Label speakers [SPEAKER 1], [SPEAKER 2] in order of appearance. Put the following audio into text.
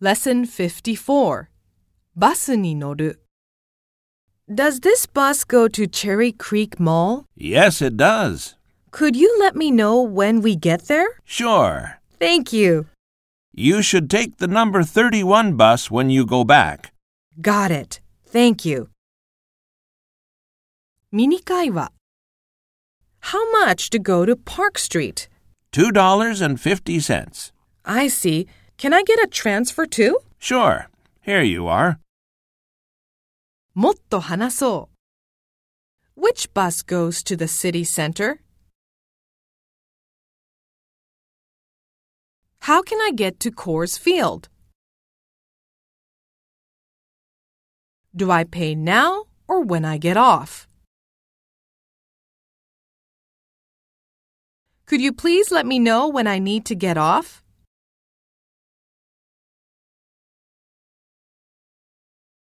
[SPEAKER 1] Lesson 54 Bus ni noru. Does this bus go to Cherry Creek Mall?
[SPEAKER 2] Yes, it does.
[SPEAKER 1] Could you let me know when we get there?
[SPEAKER 2] Sure.
[SPEAKER 1] Thank you.
[SPEAKER 2] You should take the number 31 bus when you go back.
[SPEAKER 1] Got it. Thank you. ミニ会話 How much to go to Park Street?
[SPEAKER 2] $2.50.
[SPEAKER 1] I see. Can I get a transfer too?
[SPEAKER 2] Sure. Here you are.
[SPEAKER 1] もっと話そう Which bus goes to the city center? How can I get to Coors Field? Do I pay now or when I get off? Could you please let me know when I need to get off?